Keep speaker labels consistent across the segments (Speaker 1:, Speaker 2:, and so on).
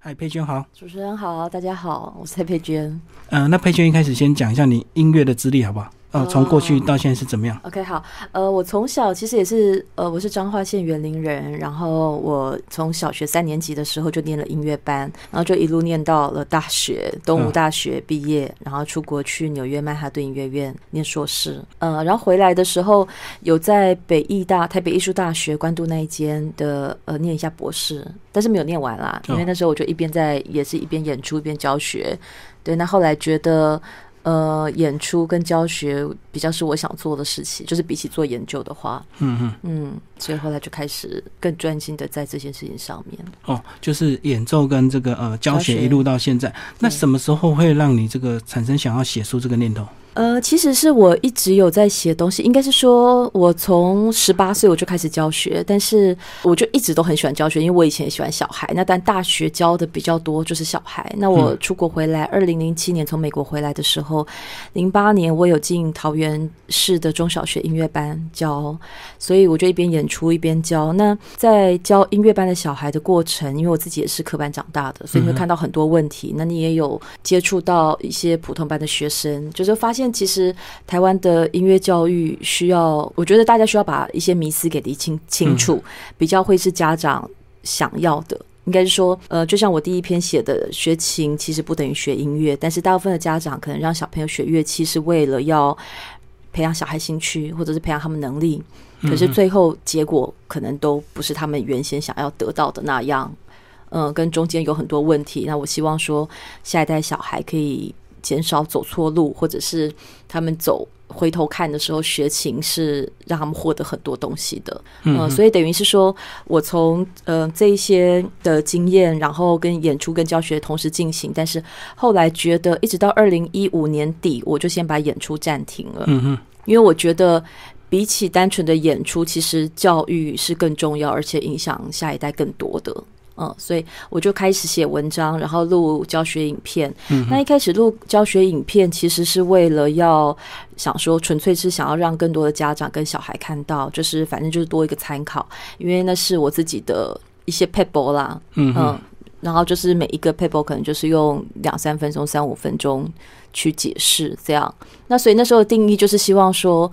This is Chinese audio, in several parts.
Speaker 1: 嗨，佩娟好。
Speaker 2: 主持人好，大家好，我是蔡佩娟。
Speaker 1: 呃，那佩娟一开始先讲一下你音乐的资历好不好？呃，从过去到现在是怎么样？
Speaker 2: OK，好，呃，我从小其实也是，呃，我是彰化县园林人，然后我从小学三年级的时候就念了音乐班，然后就一路念到了大学，东吴大学毕业，然后出国去纽约曼哈顿音乐院念硕士，呃，然后回来的时候有在北艺大台北艺术大学关渡那一间的呃念一下博士，但是没有念完啦，因为那时候我就一边在也是一边演出一边教学，对，那后来觉得。呃，演出跟教学比较是我想做的事情，就是比起做研究的话，
Speaker 1: 嗯嗯，
Speaker 2: 嗯，所以后来就开始更专心的在这件事情上面。
Speaker 1: 哦，就是演奏跟这个呃教
Speaker 2: 教
Speaker 1: 学
Speaker 2: 学
Speaker 1: 一路到现在，那什么时候会让你这个产生想要写书这个念头？
Speaker 2: 呃，其实是我一直有在写东西，应该是说我从十八岁我就开始教学，但是我就一直都很喜欢教学，因为我以前也喜欢小孩。那但大学教的比较多就是小孩。那我
Speaker 1: 嗯
Speaker 2: 出国回来，二零零七年从美国回来的时候，零八年我有进桃园市的中小学音乐班教，所以我就一边演出一边教。那在教音乐班的小孩的过程，因为我自己也是科班长大的，所以
Speaker 1: 嗯
Speaker 2: 你会
Speaker 1: 哼
Speaker 2: 看到很多问题。那你也有接触到一些普通班的学生，就是发现其实台湾的音乐教育需要，我觉得大家需要把一些迷思给理清清楚，比较会是家长想要的。应该是说，呃，就像我第一篇写的，学琴其实不等于学音乐，但是大部分的家长可能让小朋友学乐器是为了要培养小孩兴趣，或者是培养他们能力，可是最后结果可能都不是他们原先想要得到的那样，嗯、跟中间有很多问题。那我希望说，下一代小孩可以减少走错路，或者是他们走回头看的时候，学琴是让他们获得很多东西的。嗯、所以等于是说我从呃这一些的经验，然后跟演出跟教学同时进行，但是后来觉得一直到二零一五年底，我就先把演出暂停了。
Speaker 1: 嗯哼，
Speaker 2: 因为我觉得比起单纯的演出，其实教育是更重要，而且影响下一代更多的。嗯，所以我就开始写文章，然后录教学影片。嗯、那一开始录教学影片，其实是为了要想说，纯粹是想要让更多的家长跟小孩看到，就是反正就是多一个参考，因为那是我自己的一些 paper 啦。
Speaker 1: 嗯哼，
Speaker 2: 嗯，然后就是每一个 paper 可能就是用两三分钟、三五分钟去解释这样。那所以那时候的定义就是希望说，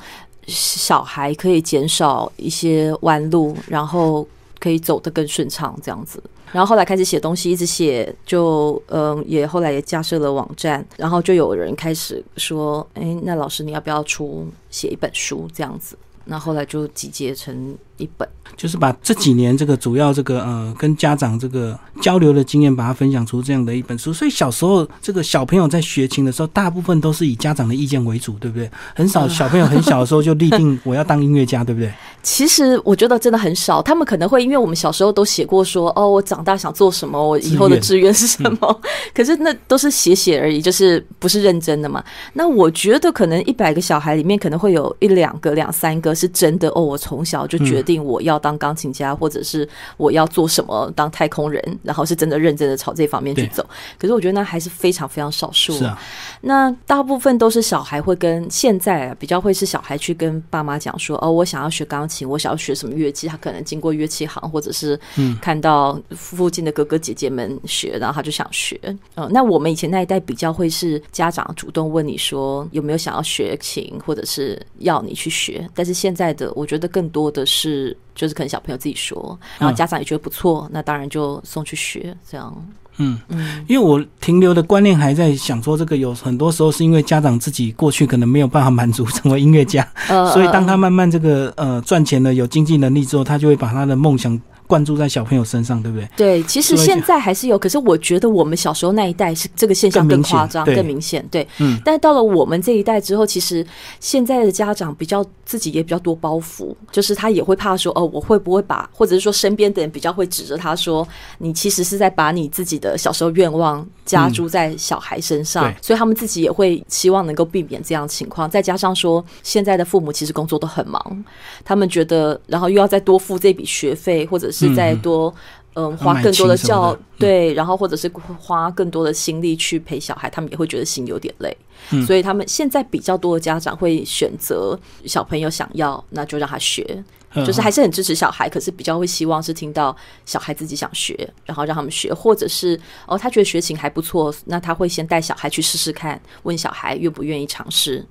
Speaker 2: 小孩可以减少一些弯路，然后可以走得更顺畅这样子。然后后来开始写东西，一直写，就嗯，也后来也架设了网站，然后就有人开始说，哎，那老师你要不要出写一本书这样子？那后来就集结成一本。
Speaker 1: 就是把这几年这个主要这个呃跟家长这个交流的经验，把它分享出这样的一本书。所以小时候这个小朋友在学琴的时候，大部分都是以家长的意见为主，对不对？很少小朋友很小的时候就立定我要当音乐家，对不对？
Speaker 2: 其实我觉得真的很少，他们可能会因为我们小时候都写过说，哦，我长大想做什么，我以后的志愿是什么。
Speaker 1: 嗯
Speaker 2: 可是那都是写写而已，就是不是认真的嘛。那我觉得可能一百个小孩里面，可能会有一两个、两三个是真的哦，我从小就决定我要当钢琴家，或者是我要做什么当太空人，然后是真的认真的朝这方面去
Speaker 1: 对
Speaker 2: 走。可是我觉得那还是非常非常少数。
Speaker 1: 是啊，
Speaker 2: 那大部分都是小孩会跟现在啊比较会是小孩去跟爸妈讲说，哦，我想要学钢琴，我想要学什么乐器。他可能经过乐器行，或者是看到附近的哥哥姐姐们学，然后他就想学。嗯，那我们以前那一代比较会是家长主动问你说有没有想要学琴，或者是要你去学。但是现在的我觉得更多的是就是可能小朋友自己说，然后家长也觉得不错，那当然就送去学这样。
Speaker 1: 嗯
Speaker 2: 嗯，
Speaker 1: 因为我停留的观念还在想说，这个有很多时候是因为家长自己过去可能没有办法满足成为音乐家，
Speaker 2: 呃
Speaker 1: 所以当他慢慢这个呃赚钱了、有经济能力之后，他就会把他的梦想灌注在小朋友身上，对不对？
Speaker 2: 对，其实
Speaker 1: 所以
Speaker 2: 现在还是有，可是我觉得我们小时候那一代是这个现象
Speaker 1: 更
Speaker 2: 更
Speaker 1: 明显
Speaker 2: 夸张、
Speaker 1: 对
Speaker 2: 更明显。对，
Speaker 1: 嗯
Speaker 2: 但到了我们这一代之后，其实现在的家长比较自己也比较多包袱，就是他也会怕说，哦，我会不会把，或者是说身边的人比较会指着他说，你其实是在把你自己的小时候愿望加注在小孩身上，
Speaker 1: 嗯对
Speaker 2: 所以他们自己也会希望能够避免这样的情况。再加上说，现在的父母其实工作都很忙，他们觉得，然后又要再多付这笔学费，或者是再
Speaker 1: 嗯嗯
Speaker 2: 多。嗯，
Speaker 1: 买
Speaker 2: 花更多的
Speaker 1: 琴什么
Speaker 2: 教
Speaker 1: 的
Speaker 2: 对，然后或者是花更多的心力去陪小孩，他们也会觉得心有点累，
Speaker 1: 嗯
Speaker 2: 所以他们现在比较多的家长会选择小朋友想要，那就让他学，
Speaker 1: 嗯
Speaker 2: 就是还是很支持小孩，可是比较会希望是听到小孩自己想学，然后让他们学，或者是哦，他觉得学琴还不错，那他会先带小孩去试试看，问小孩愿不愿意尝试。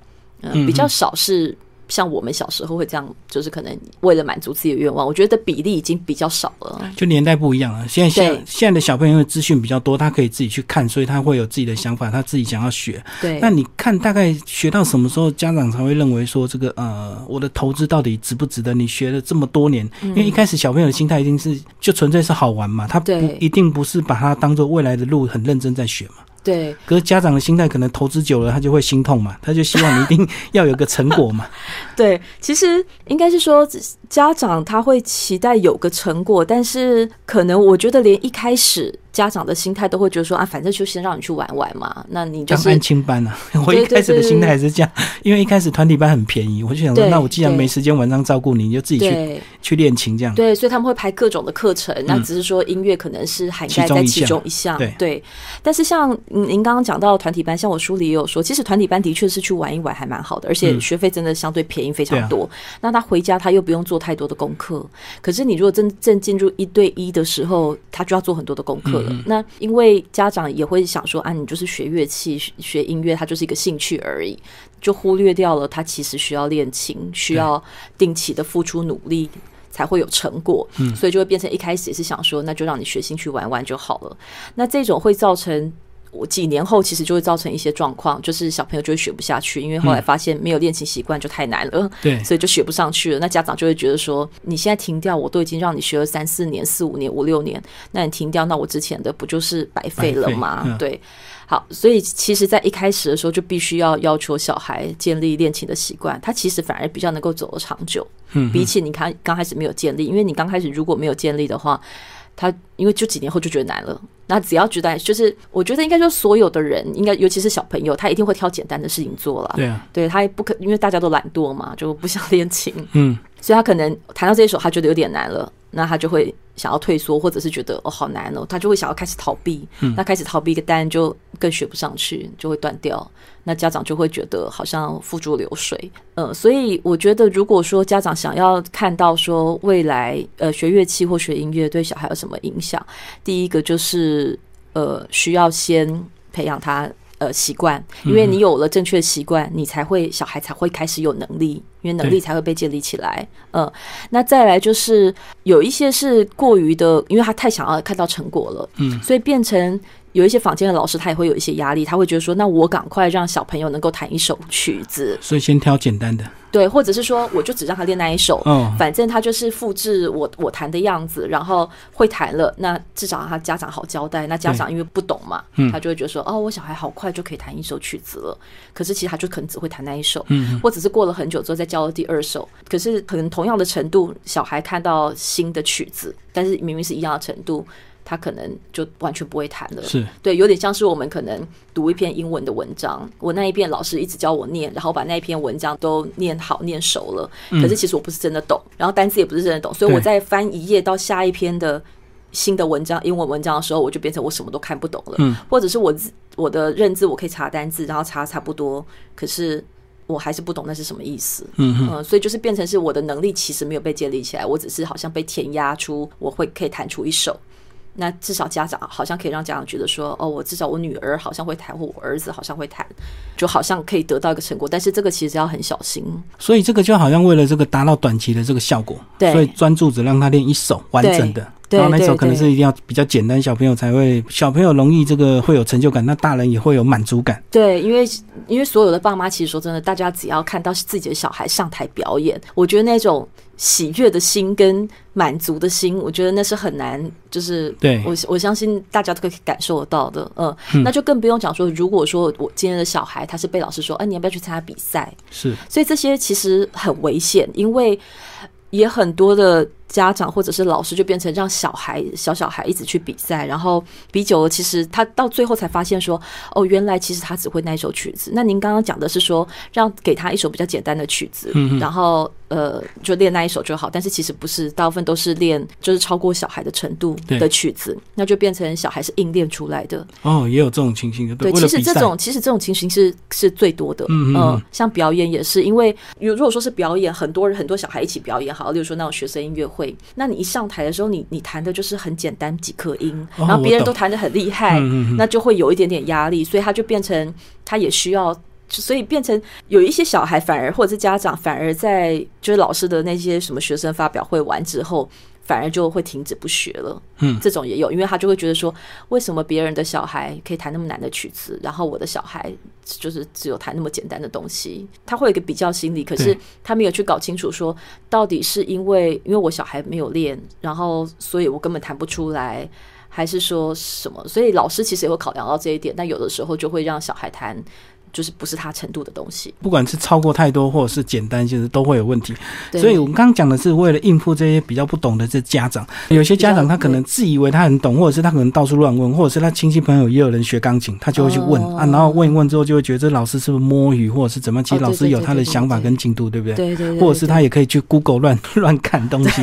Speaker 2: 嗯，比较少是像我们小时候会这样，就是可能为了满足自己的愿望，我觉得比例已经比较少了。
Speaker 1: 就年代不一样了，现在
Speaker 2: 对
Speaker 1: 现现在的小朋友因为资讯比较多，他可以自己去看，所以他会有自己的想法，他自己想要学。
Speaker 2: 对，
Speaker 1: 那你看大概学到什么时候，家长才会认为说这个呃，我的投资到底值不值得？你学了这么多年，
Speaker 2: 嗯
Speaker 1: 因为一开始小朋友的心态一定是就纯粹是好玩嘛，他不
Speaker 2: 对
Speaker 1: 一定不是把它当做未来的路很认真在学嘛。
Speaker 2: 对
Speaker 1: 可是家长的心态可能投资久了，他就会心痛嘛，他就希望你一定要有个成果嘛。
Speaker 2: 对，其实应该是说家长他会期待有个成果，但是可能我觉得连一开始家长的心态都会觉得说啊，反正就先让你去玩玩嘛，那你 就
Speaker 1: 当
Speaker 2: 是
Speaker 1: 安亲班啊，我一
Speaker 2: 对对
Speaker 1: 开始的心态
Speaker 2: 对
Speaker 1: 也是这样，因为一开始团体班很便宜，我就想说，
Speaker 2: 对
Speaker 1: 那我既然
Speaker 2: 对
Speaker 1: 没时间晚上照顾你，你就自己去
Speaker 2: 对
Speaker 1: 去练琴这样。
Speaker 2: 对，所以他们会排各种的课程，那只是说音乐可能是涵盖在
Speaker 1: 其中一项
Speaker 2: 嗯其中一项。
Speaker 1: 对
Speaker 2: 但是像嗯您刚刚讲到的团体班，像我书里也有说，其实团体班的确是去玩一玩还蛮好的，而且
Speaker 1: 嗯
Speaker 2: 学费真的相对便宜非
Speaker 1: 对
Speaker 2: 常
Speaker 1: 啊
Speaker 2: 多。那他回家他又不用做太多的功课，可是你如果真正进入一对一的时候，他就要做很多的功课了。
Speaker 1: 嗯
Speaker 2: 那因为家长也会想说啊，你就是学乐器、学学音乐，它就是一个兴趣而已。就忽略掉了他其实需要练琴，需要定期的付出努力。才会有成果，
Speaker 1: 嗯
Speaker 2: 所以就会变成一开始也是想说，那就让你学兴趣玩玩就好了。那这种会造成我几年后其实就会造成一些状况，就是小朋友就会学不下去，因为后来发现没有练琴习惯就太难了，
Speaker 1: 对
Speaker 2: 所以就学不上去了。那家长就会觉得说，你现在停掉，我都已经让你学了三四年、四五年、五六年，那你停掉，那我之前的不就是白费了吗？
Speaker 1: 白费嗯
Speaker 2: 对。好，所以其实，在一开始的时候就必须要要求小孩建立练琴的习惯，他其实反而比较能够走得长久。
Speaker 1: 嗯
Speaker 2: 比起你看刚开始没有建立，因为你刚开始如果没有建立的话，他因为就几年后就觉得难了。那只要觉得就是，我觉得应该说所有的人，应该尤其是小朋友，他一定会挑简单的事情做啦。
Speaker 1: 对啊，
Speaker 2: 对他也不可，因为大家都懒惰嘛，就不想练琴，
Speaker 1: 嗯，
Speaker 2: 所以他可能弹到这一首，他觉得有点难了，那他就会想要退缩，或者是觉得哦好难哦，他就会想要开始逃避。那开始逃避，当然就更学不上去，就会断掉。那家长就会觉得好像付诸流水。呃，所以我觉得，如果说家长想要看到说未来呃学乐器或学音乐对小孩有什么影响，第一个就是呃需要先培养他。呃，习惯，因
Speaker 1: 嗯
Speaker 2: 为你有了正确的习惯，你才会小孩才会开始有能力，因为能力
Speaker 1: 对
Speaker 2: 才会被建立起来。嗯，那再来就是有一些是过于的，因为他太想要看到成果了，
Speaker 1: 嗯，
Speaker 2: 所以变成有一些坊间的老师他也会有一些压力，他会觉得说，那我赶快让小朋友能够弹一首曲子，
Speaker 1: 所以先挑简单的
Speaker 2: 对，或者是说我就只让他练那一首，
Speaker 1: 哦。
Speaker 2: 反正他就是复制我我弹的样子，然后会弹了，那至少他家长好交代。那家
Speaker 1: 嗯
Speaker 2: 长因为不懂嘛，他就会觉得说，哦，我小孩好快就可以弹一首曲子了，可是其实他就可能只会弹那一首，
Speaker 1: 嗯
Speaker 2: 或者是过了很久之后再教了第二首，可是可能同样的程度，小孩看到新的曲子，但是明明是一样的程度。他可能就完全不会弹了，
Speaker 1: 是
Speaker 2: 对，有点像是我们可能读一篇英文的文章，我那一篇老师一直教我念，然后把那一篇文章都念好、念熟了，可是其实我不是真的懂，然后单词也不是真的懂，所以我
Speaker 1: 对
Speaker 2: 在翻一页到下一篇的新的文章、英文文章的时候，我就变成我什么都看不懂了，
Speaker 1: 嗯
Speaker 2: 或者是我自我的认知我可以查单字，然后查差不多，可是我还是不懂那是什么意思，
Speaker 1: 嗯哼，
Speaker 2: 嗯，所以就是变成是我的能力其实没有被建立起来，我只是好像被填压出我会可以弹出一首。那至少家长好像可以让家长觉得说，哦，我至少我女儿好像会弹，或我儿子好像会弹，就好像可以得到一个成果。但是这个其实要很小心，
Speaker 1: 所以这个就好像为了这个达到短期的这个效果，
Speaker 2: 对
Speaker 1: 所以专注只让他练一首完整的，
Speaker 2: 对对
Speaker 1: 然后那一首可能
Speaker 2: 对
Speaker 1: 是一定要比较简单，小朋友才会，小朋友容易这个会有成就感，那大人也会有满足感。
Speaker 2: 对，因为因为所有的爸妈，其实说真的，大家只要看到自己的小孩上台表演，我觉得那种喜悦的心跟满足的心，我觉得那是很难，就是
Speaker 1: 对
Speaker 2: 我我相信大家都可以感受得到的。嗯，那就更不用讲说，如果说我今天的小孩他是被老师说，哎、你要不要去参加比赛？
Speaker 1: 是，
Speaker 2: 所以这些其实很危险，因为也很多的家长或者是老师就变成让小孩小小孩一直去比赛，然后比久了，其实他到最后才发现说，哦，原来其实他只会那一首曲子。那您刚刚讲的是说，让给他一首比较简单的曲子，
Speaker 1: 嗯嗯
Speaker 2: 然后呃，就练那一首就好。但是其实不是，大部分都是练就是超过小孩的程度
Speaker 1: 对
Speaker 2: 的曲子，那就变成小孩是硬练出来的。
Speaker 1: 哦，也有这种情形，就
Speaker 2: 对，
Speaker 1: 为
Speaker 2: 其
Speaker 1: 了
Speaker 2: 实
Speaker 1: 比
Speaker 2: 这
Speaker 1: 赛，
Speaker 2: 种其实这种情形是是最多的。
Speaker 1: 嗯嗯嗯
Speaker 2: 呃像表演也是，因为如果说是表演，很多人很多小孩一起表演，好，例如说那种学生音乐会，那你一上台的时候，你你弹的就是很简单几颗音，
Speaker 1: 哦
Speaker 2: 然后别人
Speaker 1: 我
Speaker 2: 都
Speaker 1: 懂
Speaker 2: 弹的很厉害，
Speaker 1: 嗯嗯嗯
Speaker 2: 那就会有一点点压力，所以他就变成他也需要。所以变成有一些小孩反而或者是家长反而在就是老师的那些什么学生发表会完之后，反而就会停止不学了。
Speaker 1: 嗯
Speaker 2: 这种也有，因为他就会觉得说，为什么别人的小孩可以弹那么难的曲子，然后我的小孩就是只有弹那么简单的东西，他会有一个比较心理。可是
Speaker 1: 对
Speaker 2: 他没有去搞清楚说，到底是因为因为我小孩没有练，然后所以我根本弹不出来。还是说什么？所以老师其实也会考量到这一点，但有的时候就会让小孩弹，就是不是他程度的东西。
Speaker 1: 不管是超过太多或者是简单，其实都会有问题。
Speaker 2: 对
Speaker 1: 所以我们刚刚讲的是为了应付这些比较不懂的这家长，有些家长他可能自以为他很懂，或者是他可能到处乱问，或者是他亲戚朋友也有人学钢琴，他就会去问、
Speaker 2: 哦
Speaker 1: 啊，然后问一问之后就会觉得这老师是不是摸鱼，或者是怎么样？其
Speaker 2: 哦
Speaker 1: 实
Speaker 2: 对
Speaker 1: 老师有
Speaker 2: 对对
Speaker 1: 他的
Speaker 2: 对对
Speaker 1: 想法
Speaker 2: 对
Speaker 1: 跟进度，对不对？
Speaker 2: 对对对，
Speaker 1: 或者是
Speaker 2: 对
Speaker 1: 他也可以去 Google 乱 乱看东西，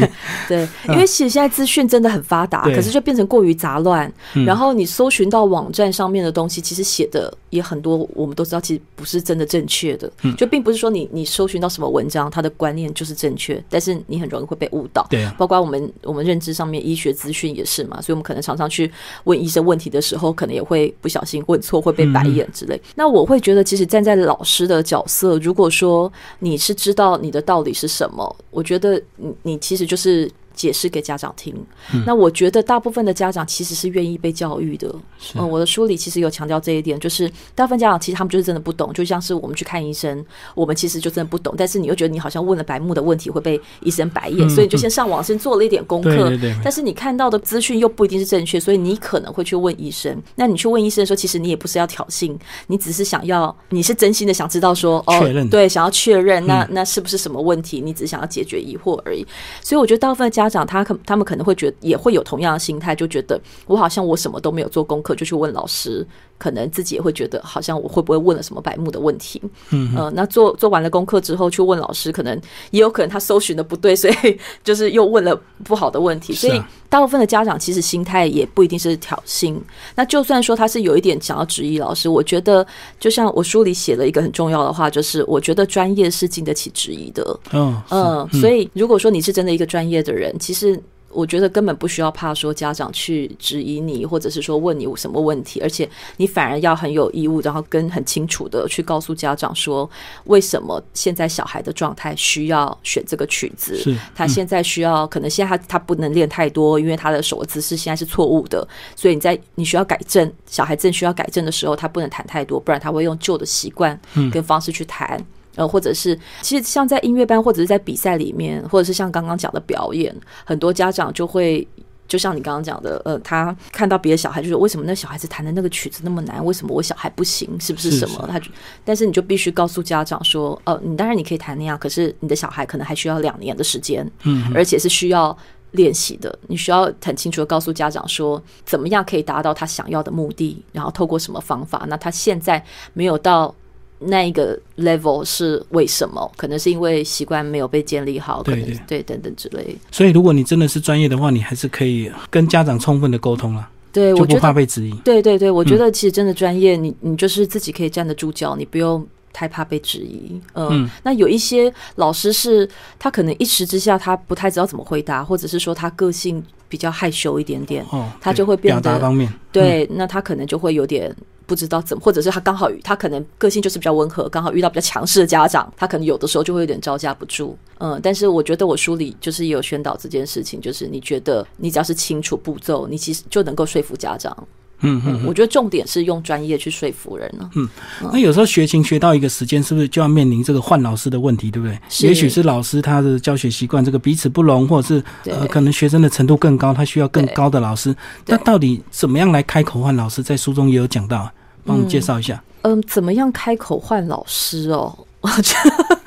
Speaker 2: 对，因为其实现在资讯真的很发达，
Speaker 1: 嗯对
Speaker 2: 可是就变成过于杂乱。
Speaker 1: 嗯
Speaker 2: 然后你搜寻到网站上面的东西，其实写的也很多，我们都知道其实不是真的正确的，
Speaker 1: 嗯
Speaker 2: 就并不是说你你搜寻到什么文章，它的观念就是正确，但是你很容易会被误导。
Speaker 1: 对啊，
Speaker 2: 包括我们我们认知上面医学资讯也是嘛，所以我们可能常常去问医生问题的时候，可能也会不小心问错，会被白眼之类。
Speaker 1: 嗯
Speaker 2: 那我会觉得，其实站在老师的角色，如果说你是知道你的道理是什么，我觉得你你其实就是。解释给家长听，
Speaker 1: 嗯
Speaker 2: 那我觉得大部分的家长其实是愿意被教育的。
Speaker 1: 是
Speaker 2: 嗯，我的书里其实有强调这一点，就是大部分家长其实他们就是真的不懂，就像是我们去看医生，我们其实就真的不懂，但是你又觉得你好像问了白目的问题会被医生白眼，
Speaker 1: 嗯
Speaker 2: 所以你就先上网先做了一点功
Speaker 1: 对
Speaker 2: 课，
Speaker 1: 对对，
Speaker 2: 但是你看到的资讯又不一定是正确，所以你可能会去问医生。那你去问医生的时候，其实你也不是要挑衅，你只是想要，你是真心的想知道说，哦
Speaker 1: 确认，嗯
Speaker 2: 对，想要确认那那是不是什么问题？你只是想要解决疑惑而已。所以我觉得大部分的家长他可他们可能会觉得也会有同样的心态，就觉得我好像我什么都没有做功课就去问老师，可能自己也会觉得好像我会不会问了什么白目的问题。
Speaker 1: 嗯
Speaker 2: 呃，那做做完了功课之后去问老师，可能也有可能他搜寻的不对，所以 就是又问了不好的问题。
Speaker 1: 是啊
Speaker 2: 所以大部分的家长其实心态也不一定是挑衅。那就算说他是有一点想要质疑老师，我觉得就像我书里写了一个很重要的话，就是我觉得专业是经得起质疑的。
Speaker 1: 哦，是
Speaker 2: 嗯，所以如果说你是真的一个专业的人，其实我觉得根本不需要怕说家长去质疑你，或者是说问你什么问题，而且你反而要很有义务，然后跟很清楚的去告诉家长说，为什么现在小孩的状态需要选这个曲子，
Speaker 1: 是
Speaker 2: 他现在需要，可能现在他他不能练太多，因为他的手的姿势现在是错误的，所以你在你需要改正，小孩正需要改正的时候，他不能弹太多，不然他会用旧的习惯跟方式去弹。呃，或者是其实像在音乐班，或者是在比赛里面，或者是像刚刚讲的表演，很多家长就会。就像你刚刚讲的，呃，他看到别的小孩，就是为什么那小孩子弹的那个曲子那么难？为什么我小孩不行？是不是
Speaker 1: 是
Speaker 2: 什么？他就，但是你就必须告诉家长说，呃，你当然你可以弹那样，可是你的小孩可能还需要两年的时间，
Speaker 1: 嗯
Speaker 2: 而且是需要练习的。你需要很清楚的告诉家长说，怎么样可以达到他想要的目的，然后透过什么方法。那他现在没有到那一个 level 是为什么？可能是因为习惯没有被建立好，可
Speaker 1: 对
Speaker 2: 能对等等之类。
Speaker 1: 所以如果你真的是专业的话，你还是可以跟家长充分的沟通啦，
Speaker 2: 对，
Speaker 1: 就
Speaker 2: 我
Speaker 1: 不
Speaker 2: 觉
Speaker 1: 怕嗯
Speaker 2: 得
Speaker 1: 被质疑。
Speaker 2: 对对对，我觉得其实真的专业，你你就是自己可以站得住脚，你不用。太怕被质疑，嗯，
Speaker 1: 嗯
Speaker 2: 那有一些老师是他可能一时之下他不太知道怎么回答，或者是说他个性比较害羞一点点，
Speaker 1: 哦，
Speaker 2: 他
Speaker 1: 对
Speaker 2: 就会变
Speaker 1: 表达
Speaker 2: 得
Speaker 1: 方面，
Speaker 2: 对，那他可能就会有点不知道怎么，或者是他刚好他可能个性就是比较温和，刚好遇到比较强势的家长，他可能有的时候就会有点招架不住。嗯，但是我觉得我书里就是也有宣导这件事情，就是你觉得你只要是清楚步骤，你其实就能够说服家长。
Speaker 1: 嗯嗯。
Speaker 2: 嗯，我觉得重点是用专业去说服人啊呢、
Speaker 1: 那有时候学琴学到一个时间，是不是就要面临这个换老师的问题，对不对？
Speaker 2: 是
Speaker 1: 也许是老师他的教学习惯这个彼此不容，或者是
Speaker 2: 对
Speaker 1: 呃，可能学生的程度更高，他需要更
Speaker 2: 对
Speaker 1: 高的老师。
Speaker 2: 对
Speaker 1: 那到底怎么样来开口换老师？在书中也有讲到
Speaker 2: 嗯
Speaker 1: 啊，帮我们介绍一下。
Speaker 2: 嗯，怎么样开口换老师哦？我觉得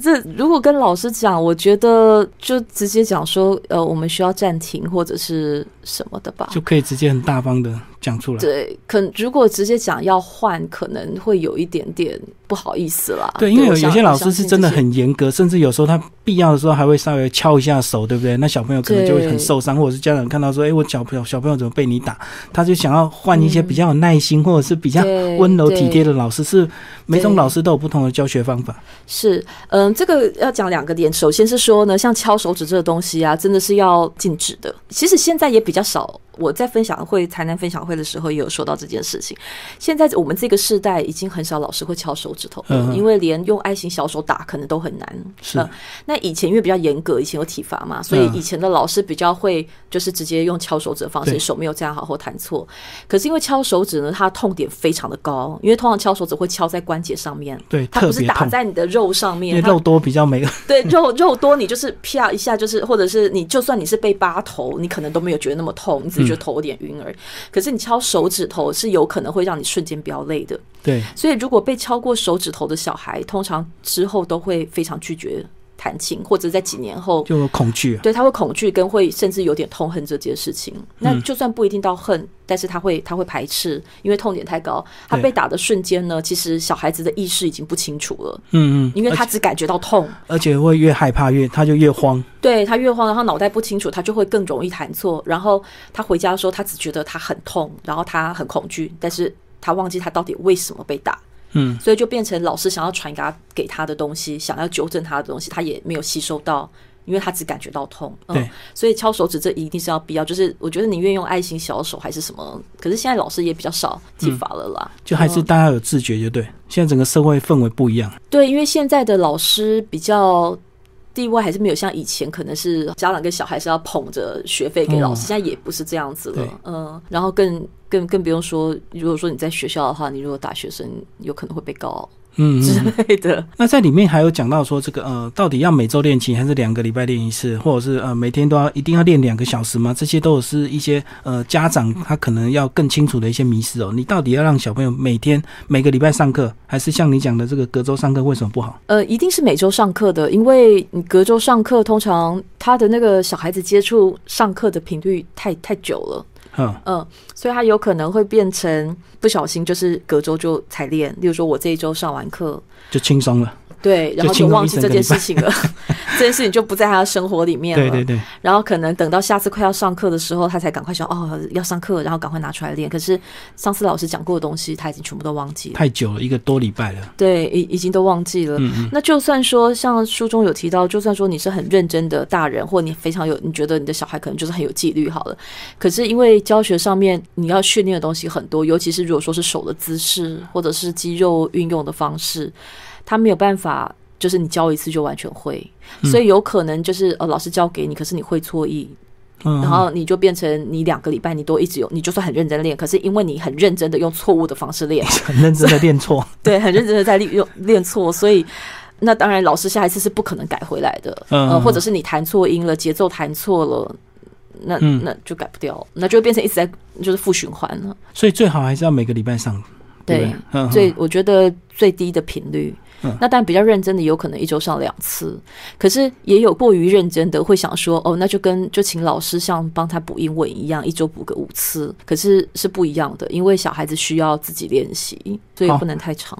Speaker 2: 这如果跟老师讲，我觉得就直接讲说，呃，我们需要暂停或者是什么的吧。
Speaker 1: 就可以直接很大方的讲出来。
Speaker 2: 对，可如果直接讲要换，可能会有一点点不好意思啦。
Speaker 1: 对，因为有
Speaker 2: 啊我
Speaker 1: 有
Speaker 2: 相
Speaker 1: 些老师是真的。
Speaker 2: 我相信这些
Speaker 1: 很严格，甚至有时候他必要的时候还会稍微敲一下手，对不对？那小朋友可能就会
Speaker 2: 对
Speaker 1: 很受伤，或者是家长看到说，哎、我小朋友小朋友怎么被你打？他就想要换一些比较有耐心，或者是比较
Speaker 2: 嗯对
Speaker 1: 温柔体
Speaker 2: 对
Speaker 1: 贴的老师。是每种
Speaker 2: 对
Speaker 1: 老师都有不同的教学方法。
Speaker 2: 是，嗯，这个要讲两个点。首先是说呢，像敲手指这个东西啊，真的是要禁止的。其实现在也比较少。我在分享会、台南分享会的时候也有说到这件事情。现在我们这个世代已经很少老师会敲手指头了，
Speaker 1: 嗯
Speaker 2: 因为连用爱心小手打可能都很难。
Speaker 1: 是
Speaker 2: 呃那以前因为比较严格，以前有体罚嘛，所以
Speaker 1: 嗯
Speaker 2: 以前的老师比较会就是直接用敲手指的方
Speaker 1: 对
Speaker 2: 式，手没有这样好或弹错。可是因为敲手指呢，它的痛点非常的高，因为通常敲手指会敲在关节上面，
Speaker 1: 对，
Speaker 2: 它
Speaker 1: 特
Speaker 2: 不是
Speaker 1: 别
Speaker 2: 打
Speaker 1: 痛，
Speaker 2: 在你的肉上
Speaker 1: 因为
Speaker 2: 面，它
Speaker 1: 肉多比较美。
Speaker 2: 对肉肉多，你就是啪一下，就是或者是你就算你是被扒头，你可能都没有觉得那么痛，你只是觉得
Speaker 1: 嗯
Speaker 2: 头有点晕而已。可是你敲手指头是有可能会让你瞬间飙泪的，
Speaker 1: 对，
Speaker 2: 所以如果被敲过手指头的小孩，通常之后都会非常拒绝弹琴，或者在几年后
Speaker 1: 就有恐惧啊。
Speaker 2: 对，他会恐惧，跟会甚至有点痛恨这件事情。
Speaker 1: 嗯
Speaker 2: 那就算不一定到恨，但是他会他会排斥，因为痛点太高。他
Speaker 1: 对
Speaker 2: 被打的瞬间呢，其实小孩子的意识已经不清楚了，
Speaker 1: 嗯嗯，
Speaker 2: 因为他只感觉到痛，
Speaker 1: 而且会越害怕越他就越慌。
Speaker 2: 对他越慌，然后脑袋不清楚，他就会更容易弹错。然后他回家的时候，他只觉得他很痛，然后他很恐惧，但是他忘记他到底为什么被打。
Speaker 1: 嗯，
Speaker 2: 所以就变成老师想要传达给他的东西，想要纠正他的东西，他也没有吸收到，因为他只感觉到痛。
Speaker 1: 对
Speaker 2: 嗯，所以敲手指这一定是要必要，就是我觉得你愿意用爱心小手还是什么，可是现在老师也比较少体罚了啦。
Speaker 1: 就还
Speaker 2: 嗯
Speaker 1: 是大家有自觉就对。现在整个社会氛围不一样。
Speaker 2: 对，因为现在的老师比较。地位还是没有像以前，可能是家长跟小孩是要捧着学费给老师，
Speaker 1: 哦
Speaker 2: 现在也不是这样子
Speaker 1: 对
Speaker 2: 了。嗯，然后更更更不用说，如果说你在学校的话，你如果打学生，有可能会被告
Speaker 1: 嗯，嗯
Speaker 2: 之类的。
Speaker 1: 那在里面还有讲到说，这个呃，到底要每周练琴，还是两个礼拜练一次，或者是呃每天都要一定要练两个小时吗？这些都是一些呃家长他可能要更清楚的一些迷思哦。你到底要让小朋友每天每个礼拜上课，还是像你讲的这个隔周上课，为什么不好？
Speaker 2: 呃，一定是每周上课的，因为你隔周上课，通常他的那个小孩子接触上课的频率太太久了，
Speaker 1: 嗯，
Speaker 2: 嗯，所以他有可能会变成不小心就是隔周就才练。例如说，我这一周上完课，
Speaker 1: 就轻松了。
Speaker 2: 对，然后
Speaker 1: 就轻松
Speaker 2: 就忘
Speaker 1: 一
Speaker 2: 记
Speaker 1: 整
Speaker 2: 这
Speaker 1: 个
Speaker 2: 件
Speaker 1: 礼拜
Speaker 2: 事情了，这件事情就不在他的生活里面了。
Speaker 1: 对对对，
Speaker 2: 然后可能等到下次快要上课的时候，他才赶快想哦要上课，然后赶快拿出来练。可是上次老师讲过的东西，他已经全部都忘记了。
Speaker 1: 太久了，一个多礼拜了。
Speaker 2: 对，已已经都忘记了。那就算说像书中有提到，就算说你是很认真的大人，或你非常有，你觉得你的小孩可能就是很有纪律好了，可是因为教学上面你要训练的东西很多，尤其是如果说是手的姿势或者是肌肉运用的方式，他没有办法。就是你教一次就完全会，所以有可能就是呃老师教给你，可是你会错意，
Speaker 1: 嗯，
Speaker 2: 然后你就变成你两个礼拜你都一直有，你就算很认真练，可是因为你很认真的用错误的方式练，
Speaker 1: 很认真的练错。
Speaker 2: 对，很认真的在利用练错，所以那当然老师下一次是不可能改回来的，
Speaker 1: 嗯
Speaker 2: 呃，或者是你弹错音了，节奏弹错了，那、
Speaker 1: 嗯
Speaker 2: 那就改不掉，那就会变成一直在就是负循环了。
Speaker 1: 所以最好还是要每个礼拜上。对不
Speaker 2: 对
Speaker 1: 对，嗯，
Speaker 2: 最、我觉得最低的频率。
Speaker 1: 嗯
Speaker 2: 那但比较认真的，有可能一周上两次，可是也有过于认真的，会想说，哦，那就跟就请老师像帮他补英文一样，一周补个五次，可是是不一样的，因为小孩子需要自己练习，所以
Speaker 1: 好
Speaker 2: 不能太长。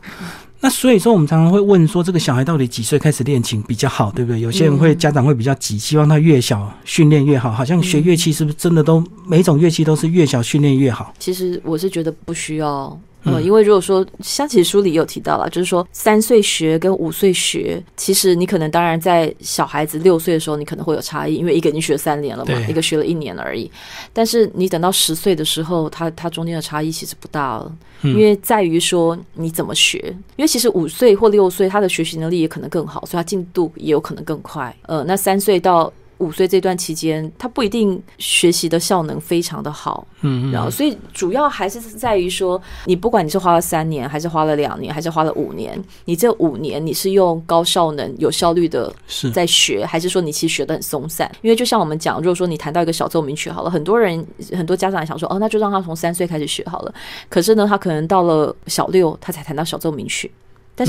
Speaker 1: 那所以说，我们常常会问说，这个小孩到底几岁开始练琴比较好，对不对？有些人会家长会比较急，希望他越小训练越好。好像学乐器是不是真的都每种乐器都是越小训练越好？
Speaker 2: 其实我是觉得不需要。
Speaker 1: 嗯
Speaker 2: 呃，因为如果说像其实书里也有提到了，就是说三岁学跟五岁学，其实你可能当然在小孩子六岁的时候，你可能会有差异，因为一个已经学三年了嘛
Speaker 1: 对，
Speaker 2: 一个学了一年而已。但是你等到十岁的时候，它它中间的差异其实不大了，
Speaker 1: 嗯
Speaker 2: 因为在于说你怎么学。因为其实五岁或六岁，他的学习能力也可能更好，所以他进度也有可能更快。呃，那三岁到五岁这段期间，他不一定学习的效能非常的好，
Speaker 1: 嗯
Speaker 2: 然后，所以主要还是在于说，你不管你是花了三年，还是花了两年，还是花了五年，你这五年你是用高效能、有效率的
Speaker 1: 是
Speaker 2: 在学，还是说你其实学的很松散？因为就像我们讲，如果说你谈到一个小奏鸣曲好了，很多人很多家长也想说，哦，那就让他从三岁开始学好了。可是呢，他可能到了小六，他才谈到小奏鸣曲。但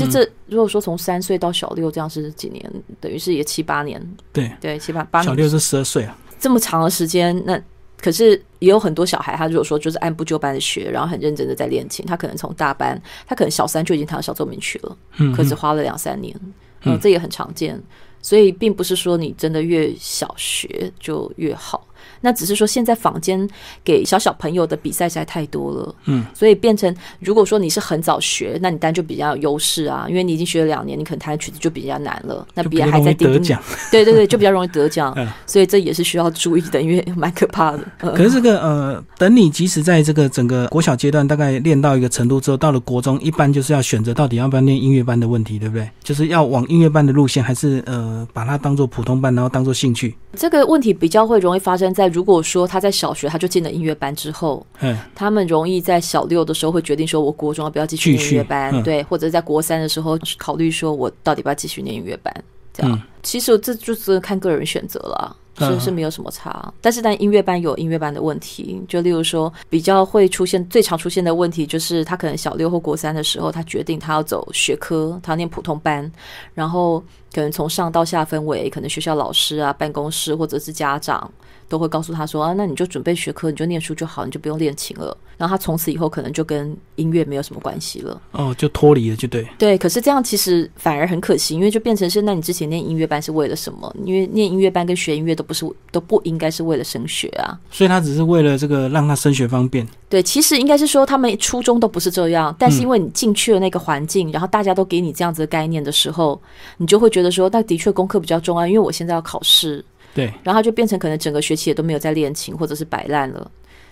Speaker 1: 嗯
Speaker 2: 是这如果说从三岁到小六这样是几年，等于是也七八年，
Speaker 1: 对
Speaker 2: 对，七八八
Speaker 1: 小
Speaker 2: 年
Speaker 1: 六是十二岁啊，
Speaker 2: 这么长的时间，那可是也有很多小孩，他如果说就是按部就班的学，然后很认真的在练琴，他可能从大班，他可能小三就已经弹到小奏鸣曲了，
Speaker 1: 嗯，
Speaker 2: 可只
Speaker 1: 嗯
Speaker 2: 花了两三年，
Speaker 1: 嗯
Speaker 2: 嗯，这也很常见。所以并不是说你真的越小学就越好，那只是说现在坊间给小小朋友的比赛实在太多了，
Speaker 1: 嗯，
Speaker 2: 所以变成如果说你是很早学，那你当然就比较有优势啊，因为你已经学了两年，你可能弹的曲子就比较难了，那
Speaker 1: 就
Speaker 2: 别
Speaker 1: 比较
Speaker 2: 人还
Speaker 1: 容
Speaker 2: 在
Speaker 1: 易
Speaker 2: 叮
Speaker 1: 得
Speaker 2: 咛
Speaker 1: 奖。，
Speaker 2: 对对对，就比较容易得奖
Speaker 1: 嗯
Speaker 2: 所以这也是需要注意的，因为蛮可怕的。
Speaker 1: 可
Speaker 2: 嗯、
Speaker 1: 是这个呃，等你即使在这个整个国小阶段大概练到一个程度之后，到了国中，一般就是要选择到底要不要念音乐班的问题，对不对？就是要往音乐班的路线，还是呃把它当做普通班，然后当做兴趣？
Speaker 2: 这个问题比较会容易发生在如果说他在小学他就进了音乐班之后，
Speaker 1: 嗯，
Speaker 2: 他们容易在小六的时候会决定说，我国中要不要继续
Speaker 1: 继
Speaker 2: 念音乐
Speaker 1: 续
Speaker 2: 班，
Speaker 1: 嗯
Speaker 2: 对，或者在国三的时候考虑说我到底要不要继续念音乐班。这样，
Speaker 1: 嗯
Speaker 2: 其实这就是看个人选择了。
Speaker 1: 嗯
Speaker 2: 是是没有什么差，但是但音乐班有音乐班的问题，就例如说比较会出现最常出现的问题就是他可能小六或国三的时候，他决定他要走学科，他要念普通班，然后可能从上到下分为，可能学校老师啊、办公室或者是家长都会告诉他说啊，那你就准备学科，你就念书就好，你就不用练琴了。然后他从此以后可能就跟音乐没有什么关系了。
Speaker 1: 哦，就脱离了，就对。
Speaker 2: 对，可是这样其实反而很可惜，因为就变成是，那你之前念音乐班是为了什么？因为念音乐班跟学音乐都不是都不应该是为了升学啊。
Speaker 1: 所以他只是为了这个让他升学方便。
Speaker 2: 对，其实应该是说他们初衷都不是这样，但是因为你进去了那个环境，然后大家都给你这样子的概念的时候，你就会觉得说，那的确功课比较重要，因为我现在要考试，
Speaker 1: 对，
Speaker 2: 然后他就变成可能整个学期也都没有在练琴或者是摆烂了，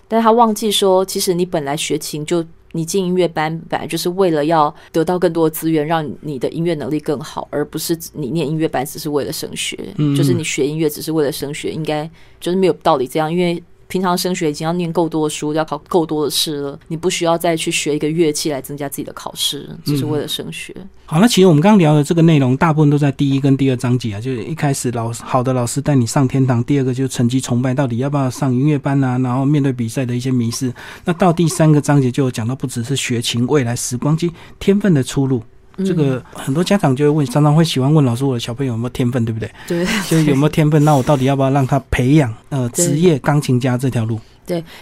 Speaker 2: 但是他忘记说，其实你本来学琴就你进音乐班本来就是为了要得到更多的资源，让你的音乐能力更好，而不是你念音乐班只是为了升学，
Speaker 1: 嗯
Speaker 2: 就是你学音乐只是为了升学，应该就是没有道理这样，因为。平常升学已经要念够多的书，要考够多的试了，你不需要再去学一个乐器来增加自己的考试，只
Speaker 1: 嗯
Speaker 2: 是为了升学。
Speaker 1: 好，那其实我们刚刚聊的这个内容，大部分都在第一跟第二章节啊，就是一开始老师好的老师带你上天堂，第二个就是成绩崇拜，到底要不要上音乐班啊，然后面对比赛的一些迷失。那到第三个章节就有讲到，不只是学琴、未来、时光机、天分的出路。
Speaker 2: 嗯
Speaker 1: 这个很多家长就会问，常常会喜欢问老师，我的小朋友有没有天分，对不对？
Speaker 2: 对，
Speaker 1: 就是有没有天分，那我到底要不要让他培养呃
Speaker 2: 对
Speaker 1: 职业钢琴家这条路？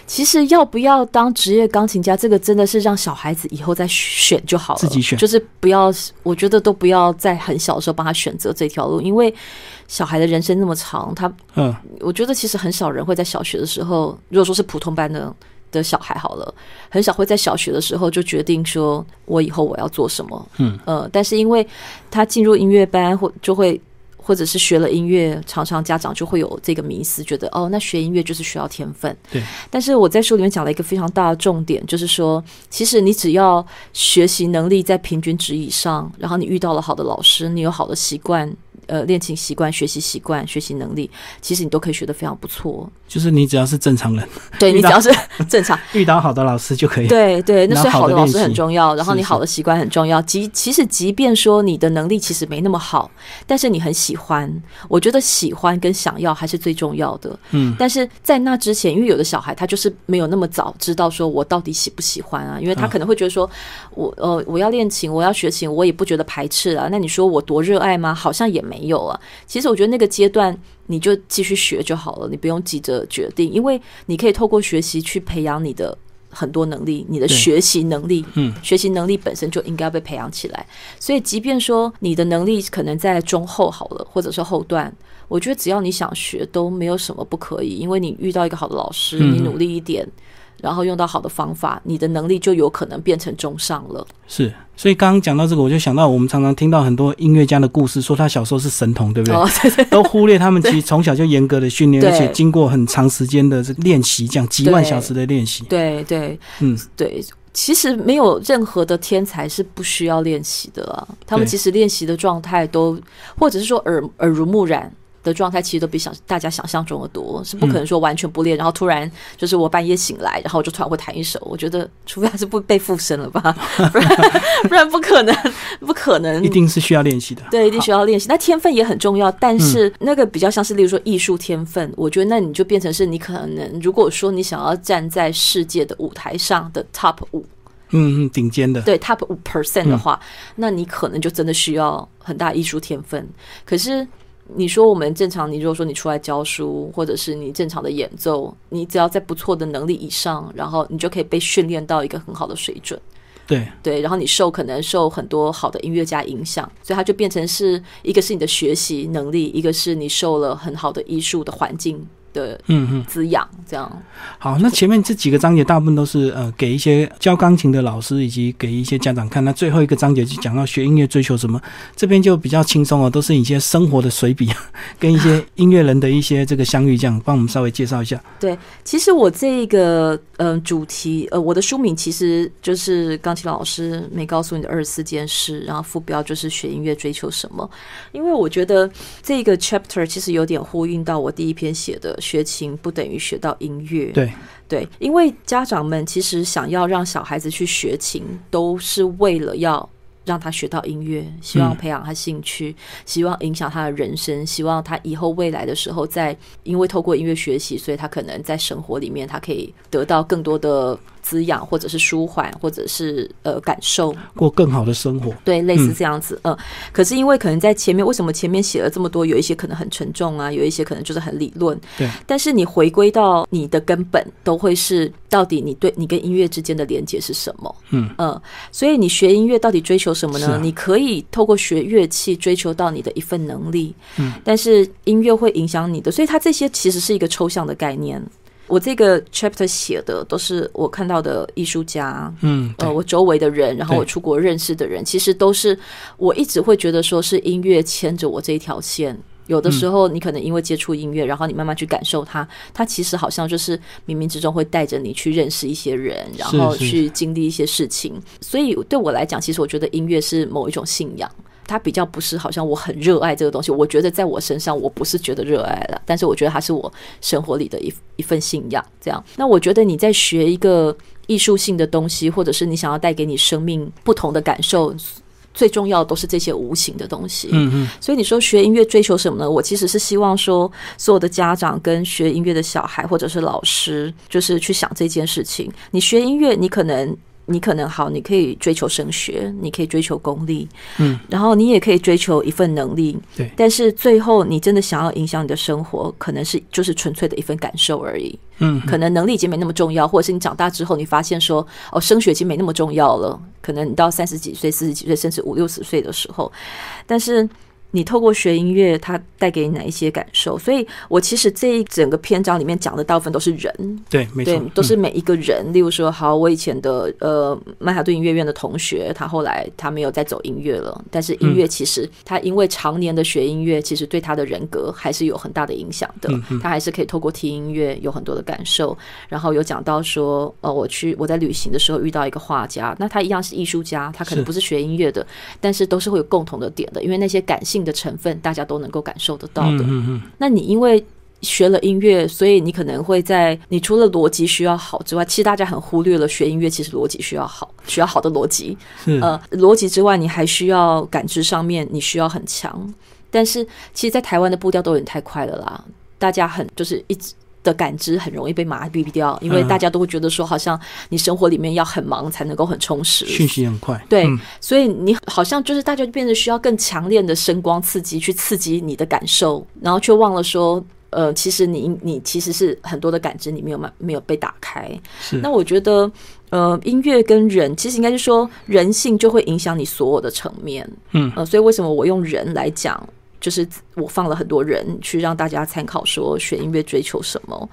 Speaker 2: 其实要不要当职业钢琴家，这个真的是让小孩子以后再选就好了，
Speaker 1: 自己选
Speaker 2: 就是不要，我觉得都不要在很小的时候帮他选择这条路，因为小孩的人生那么长，他
Speaker 1: 嗯，
Speaker 2: 我觉得其实很少人会在小学的时候，如果说是普通班的的小孩好了，很少会在小学的时候就决定说我以后我要做什么。
Speaker 1: 嗯，
Speaker 2: 呃，但是因为他进入音乐班或就会。或者是学了音乐，常常家长就会有这个迷思，觉得哦，那学音乐就是需要天分。
Speaker 1: 对。
Speaker 2: 但是我在书里面讲了一个非常大的重点，就是说，其实你只要学习能力在平均值以上，然后你遇到了好的老师，你有好的习惯，呃，练琴习惯、学习习惯、学习能力，其实你都可以学得非常不错。哦
Speaker 1: 就是你只要是正常人，
Speaker 2: 对
Speaker 1: 遇
Speaker 2: 你只
Speaker 1: 到
Speaker 2: 要是 正常，
Speaker 1: 遇到好的老师就可以。
Speaker 2: 对对，那
Speaker 1: 然后
Speaker 2: 所以好的
Speaker 1: 好的
Speaker 2: 老师
Speaker 1: 练习
Speaker 2: 很重要，然后
Speaker 1: 是
Speaker 2: 你
Speaker 1: 是
Speaker 2: 好的习惯很重要。即其实即便说你的能力其实没那么好，但是你很喜欢，我觉得喜欢跟想要还是最重要的。
Speaker 1: 嗯，
Speaker 2: 但是在那之前，因为有的小孩他就是没有那么早知道说我到底喜不喜欢啊，因为他
Speaker 1: 嗯
Speaker 2: 可能会觉得说，我呃我要练琴，我要学琴，我也不觉得排斥啊。那你说我多热爱吗？好像也没有啊。其实我觉得那个阶段你就继续学就好了，你不用急着决定，因为你可以透过学习去培养你的。很多能力，你的
Speaker 1: 对
Speaker 2: 学习能力，
Speaker 1: 嗯，
Speaker 2: 学习能力本身就应该被培养起来。所以，即便说你的能力可能在中后好了，或者是后段，我觉得只要你想学，都没有什么不可以，因为你遇到一个好的老师，
Speaker 1: 嗯
Speaker 2: 你努力一点，然后用到好的方法，你的能力就有可能变成中上了。
Speaker 1: 是，所以刚刚讲到这个，我就想到我们常常听到很多音乐家的故事，说他小时候是神童，对不对？
Speaker 2: 哦， 对对
Speaker 1: 都忽略他 们其实从小就严格的训练，
Speaker 2: 对
Speaker 1: 而且经过很长时间的这练习，这样几万
Speaker 2: 对
Speaker 1: 小时的练习。
Speaker 2: 对对
Speaker 1: 嗯，
Speaker 2: 对，其实没有任何的天才是不需要练习的啊。他们
Speaker 1: 对
Speaker 2: 其实练习的状态都，或者是说耳耳濡目染。的状态其实都比想大家想象中的多，是
Speaker 1: 嗯
Speaker 2: 不可能说完全不练，然后突然就是我半夜醒来，然后我就突然会弹一首。我觉得，除非他是不被附身了吧， 不然不然不可能，不可能
Speaker 1: 一定是需要练习的。
Speaker 2: 对，一定需要练习。那天分也很重要，
Speaker 1: 嗯
Speaker 2: 但是那个比较像是，例如说艺术天分，我觉得那你就变成是你可能，如果说你想要站在世界的舞台上的 top 五，
Speaker 1: 嗯嗯，顶尖的，
Speaker 2: 对 top 五 percent 的话，那你可能就真的需要很大艺术天分。可是你说我们正常，你如果说你出来教书，或者是你正常的演奏，你只要在不错的能力以上，然后你就可以被训练到一个很好的水准。
Speaker 1: 对
Speaker 2: 对，然后你受可能受很多好的音乐家影响，所以它就变成是一个是你的学习能力，一个是你受了很好的艺术的环境的
Speaker 1: 嗯嗯。
Speaker 2: 滋养，这样。
Speaker 1: 好，那前面这几个章节大部分都是呃给一些教钢琴的老师以及给一些家长看。那最后一个章节就讲到学音乐追求什么，这边就比较轻松哦，都是一些生活的随笔， 跟一些音乐人的一些这个相遇，这样帮我们稍微介绍一下。
Speaker 2: 其实我这个嗯、呃主题呃我的书名其实就是钢琴老师没告诉你的二十四件事，然后副标就是学音乐追求什么。因为我觉得这个 chapter 其实有点呼应到我第一篇写的学琴不等于学到音乐。
Speaker 1: 对
Speaker 2: 对，因为家长们其实想要让小孩子去学琴，都是为了要。让他学到音乐，希望
Speaker 1: 嗯
Speaker 2: 培养他兴趣，希望影响他的人生，希望他以后未来的时候在因为透过音乐学习，所以他可能在生活里面，他可以得到更多的滋养，或者是舒缓，或者是呃感受，
Speaker 1: 过更好的生活。
Speaker 2: 对，类似这样子。嗯、可是因为可能在前面，为什么前面写了这么多，有一些可能很沉重啊，有一些可能就是很理论。
Speaker 1: 对，
Speaker 2: 但是你回归到你的根本，都会是到底你对你跟音乐之间的连接是什么？
Speaker 1: 嗯
Speaker 2: 所以你学音乐到底追求什么
Speaker 1: 是
Speaker 2: 呢？
Speaker 1: 啊
Speaker 2: 你可以透过学乐器追求到你的一份能力，
Speaker 1: 嗯，
Speaker 2: 但是音乐会影响你的，所以它这些其实是一个抽象的概念。我这个 chapter 写的都是我看到的艺术家，
Speaker 1: 嗯，对
Speaker 2: 呃，我周围的人，然后我
Speaker 1: 对
Speaker 2: 出国认识的人，其实都是我一直会觉得说是音乐牵着我这一条线。有的
Speaker 1: 嗯
Speaker 2: 时候，你可能因为接触音乐，然后你慢慢去感受它，它其实好像就是冥冥之中会带着你去认识一些人，然
Speaker 1: 是
Speaker 2: 后
Speaker 1: 是
Speaker 2: 去经历一些事情。所以对我来讲，其实我觉得音乐是某一种信仰，它比较不是好像我很热爱这个东西。我觉得在我身上，我不是觉得热爱了，但是我觉得它是我生活里的一一份信仰。这样，那我觉得你在学一个艺术性的东西，或者是你想要带给你生命不同的感受，最重要的都是这些无形的东西。
Speaker 1: 嗯嗯，
Speaker 2: 所以你说学音乐追求什么呢？我其实是希望说，所有的家长跟学音乐的小孩或者是老师，就是去想这件事情。你学音乐，你可能。你可能好，你可以追求升学，你可以追求功利，
Speaker 1: 嗯，
Speaker 2: 然后你也可以追求一份能力，
Speaker 1: 对
Speaker 2: 但是最后，你真的想要影响你的生活，可能是就是纯粹的一份感受而已。
Speaker 1: 嗯
Speaker 2: 可能能力已经没那么重要，或者是你长大之后，你发现说，哦，升学已经没那么重要了。可能你到三十几岁、四十几岁，甚至五六十岁的时候，但是你透过学音乐，它带给你哪一些感受？所以我其实这一整个篇章里面讲的大部分都是人，
Speaker 1: 对，没错嗯
Speaker 2: 对，，都是每一个人。例如说，好，我以前的呃曼哈顿音乐院的同学，他后来他没有再走音乐了，但是音乐其实、他因为常年的学音乐，其实对他的人格还是有很大的影响的。
Speaker 1: 嗯嗯
Speaker 2: 他还是可以透过听音乐有很多的感受。然后有讲到说，呃，我去我在旅行的时候遇到一个画家，那他一样是艺术家，他可
Speaker 1: 是
Speaker 2: 能不是学音乐的，但是都是会有共同的点的，因为那些感性的成分大家都能够感受得到
Speaker 1: 嗯
Speaker 2: 的。
Speaker 1: 嗯嗯，
Speaker 2: 那你因为学了音乐，所以你可能会在你除了逻辑需要好之外，其实大家很忽略了学音乐其实逻辑需要好，需要好的逻辑。
Speaker 1: 是，
Speaker 2: 呃，逻辑之外，你还需要感知上面你需要很强。但是其实，在台湾的步调都有点太快了啦，大家很就是一直。的感知很容易被麻痹掉，因为
Speaker 1: 嗯
Speaker 2: 大家都会觉得说，好像你生活里面要很忙才能够很充实，
Speaker 1: 讯息很快。
Speaker 2: 对，
Speaker 1: 嗯
Speaker 2: 所以你好像就是大家就变得需要更强烈的声光刺激去刺激你的感受，然后却忘了说，呃，其实你你其实是很多的感知你没有慢没有被打开。
Speaker 1: 是，
Speaker 2: 那我觉得，呃，音乐跟人其实应该是说人性就会影响你所有的层面。
Speaker 1: 嗯
Speaker 2: 呃，所以为什么我用人来讲，就是我放了很多人去让大家参考，说学音乐追求什么。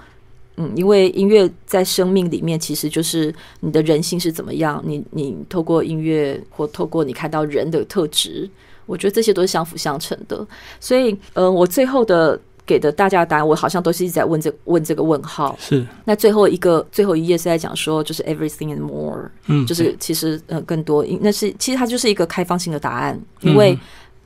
Speaker 2: 嗯，因为音乐在生命里面，其实就是你的人性是怎么样，你你透过音乐或透过你看到人的特质，我觉得这些都是相辅相成的。所以，呃，我最后的给的大家的答案，我好像都是一直在问这问这个问号。
Speaker 1: 是，
Speaker 2: 那最后一个最后一页是在讲说，就是 everything and more，
Speaker 1: 嗯，
Speaker 2: 就是其实呃更多，因那是其实它就是一个开放性的答案，因为
Speaker 1: 嗯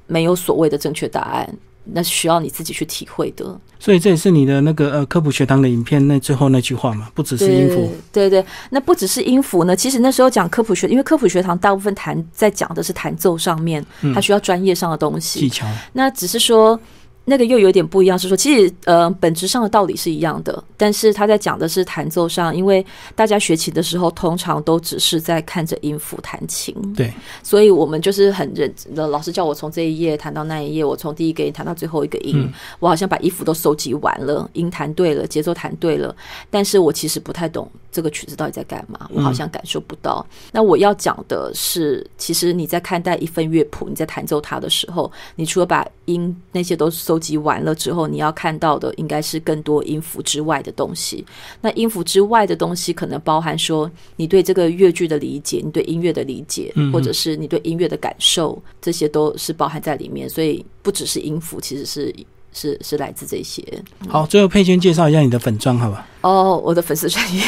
Speaker 2: 没有所谓的正确答案，那需要你自己去体会的。
Speaker 1: 所以这也是你的那个呃科普学堂的影片那最后那句话嘛，不只是音符，
Speaker 2: 对对，那不只是音符呢，其实那时候讲科普学，因为科普学堂大部分
Speaker 1: 嗯
Speaker 2: 弹在讲的是弹奏上面，它需要专业上的东西
Speaker 1: 技。巧，
Speaker 2: 那只是说，那个又有点不一样，是说其实呃本质上的道理是一样的，但是他在讲的是弹奏上，因为大家学琴的时候通常都只是在看着音符弹琴，
Speaker 1: 对，
Speaker 2: 所以我们就是很认真的，老师叫我从这一页弹到那一页，我从第一个音弹到最后一个音，
Speaker 1: 嗯
Speaker 2: 我好像把衣服都收集完了，音弹对了，节奏弹对了，但是我其实不太懂这个曲子到底在干嘛，我好像感受不到。那我要讲的是，其实你在看待一份乐谱，你在弹奏它的时候，你除了把音那些都收集完了之后，你要看到的应该是更多音符之外的东西。那音符之外的东西，可能包含说你对这个乐剧的理解，你对音乐的理解，
Speaker 1: 嗯
Speaker 2: 或者是你对音乐的感受，这些都是包含在里面。所以不只是音符，其实是是是来自这些。
Speaker 1: 好，最后佩娟介绍一下你的粉砖，好吧？
Speaker 2: 哦，我的粉丝专业，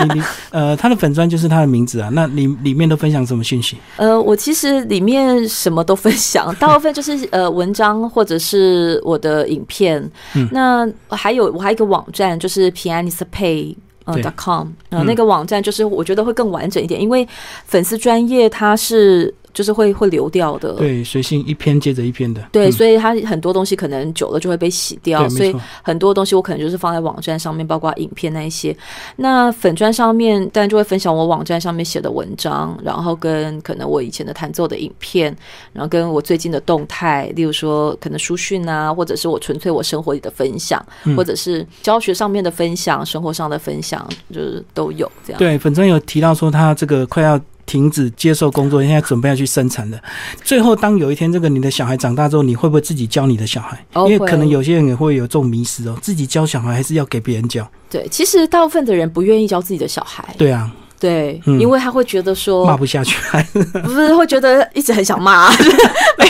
Speaker 1: 你你呃，他的粉砖就是他的名字啊，那里里面都分享什么讯息？
Speaker 2: 呃，我其实里面什么都分享，大部分就是呃文章或者是我的影片。
Speaker 1: 嗯
Speaker 2: 那还有我还有一个网站，就是 pianist pay。呃
Speaker 1: 对
Speaker 2: ，dot com，呃，
Speaker 1: 嗯
Speaker 2: 那个网站就是我觉得会更完整一点，因为粉丝专业它是就是会会流掉的，
Speaker 1: 对，随性一篇接着一篇的。
Speaker 2: 对，
Speaker 1: 嗯
Speaker 2: 所以它很多东西可能久了就会被洗掉，
Speaker 1: 对，
Speaker 2: 所
Speaker 1: 没
Speaker 2: 以
Speaker 1: 错。
Speaker 2: 很多东西我可能就是放在网站上面，包括影片那一些。那粉砖上面，当然就会分享我网站上面写的文章，然后跟可能我以前的弹奏的影片，然后跟我最近的动态，例如说可能书讯啊，或者是我纯粹我生活里的分享，
Speaker 1: 嗯
Speaker 2: 或者是教学上面的分享，生活上的分享，就是都有这样。
Speaker 1: 对，粉砖有提到说他这个快要停止接受工作，现在准备要去生产了。最后，当有一天这个你的小孩长大之后，你会不会自己教你的小孩？
Speaker 2: 哦
Speaker 1: 因为
Speaker 2: 会
Speaker 1: 可能有些人也会有这种迷失哦，自己教小孩还是要给别人教。
Speaker 2: 对，其实大部分的人不愿意教自己的小孩，
Speaker 1: 对啊，
Speaker 2: 对，
Speaker 1: 嗯
Speaker 2: 因为他会觉得说
Speaker 1: 骂不下去，还是
Speaker 2: 不是会觉得一直很想骂， 每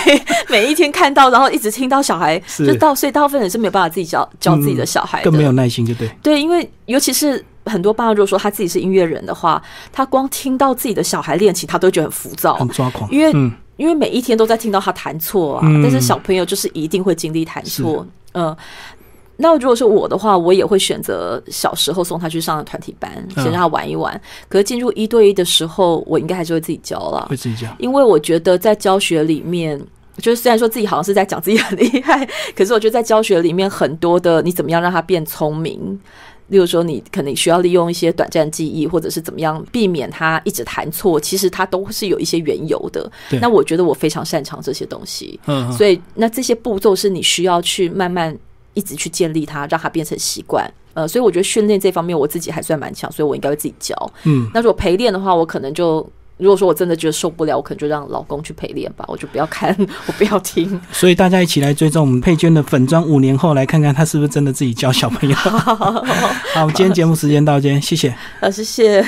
Speaker 2: 每一天看到，然后一直听到小孩，
Speaker 1: 是嗯
Speaker 2: 就到所以大部分人是没有办法自己教教自己的小孩的，
Speaker 1: 更没有耐心，就对。
Speaker 2: 对，因为尤其是。很多爸爸如果说他自己是音乐人的话，他光听到自己的小孩练琴，他都会觉得很浮躁，
Speaker 1: 很抓狂。
Speaker 2: 哦因为
Speaker 1: 嗯，
Speaker 2: 因为每一天都在听到他弹错啊。
Speaker 1: 嗯
Speaker 2: 但是小朋友就是一定会经历弹错，嗯。那如果是我的话，我也会选择小时候送他去上的团体班，
Speaker 1: 嗯
Speaker 2: 先让他玩一玩。可是进入一对一的时候，我应该还是会自己教了。
Speaker 1: 会自己教。
Speaker 2: 因为我觉得在教学里面，就是虽然说自己好像是在讲自己很厉害， 可是我觉得在教学里面很多的你怎么样让他变聪明。例如说，你可能需要利用一些短暂记忆，或者是怎么样避免他一直弹错，其实他都是有一些缘由的
Speaker 1: 对。
Speaker 2: 那我觉得我非常擅长这些东西，
Speaker 1: 嗯，嗯
Speaker 2: 所以那这些步骤是你需要去慢慢一直去建立它，让它变成习惯。呃，所以我觉得训练这方面我自己还算蛮强，所以我应该会自己教。
Speaker 1: 嗯，
Speaker 2: 那如果陪练的话，我可能就如果说我真的觉得受不了，我可能就让老公去陪练吧，我就不要看， 我不要 听。
Speaker 1: 所以大家一起来追踪我们佩娟的粉砖，五年后来看看她是不是真的自己教小朋友。好，我们今天节目时间到，今天谢谢。
Speaker 2: 呃，谢谢。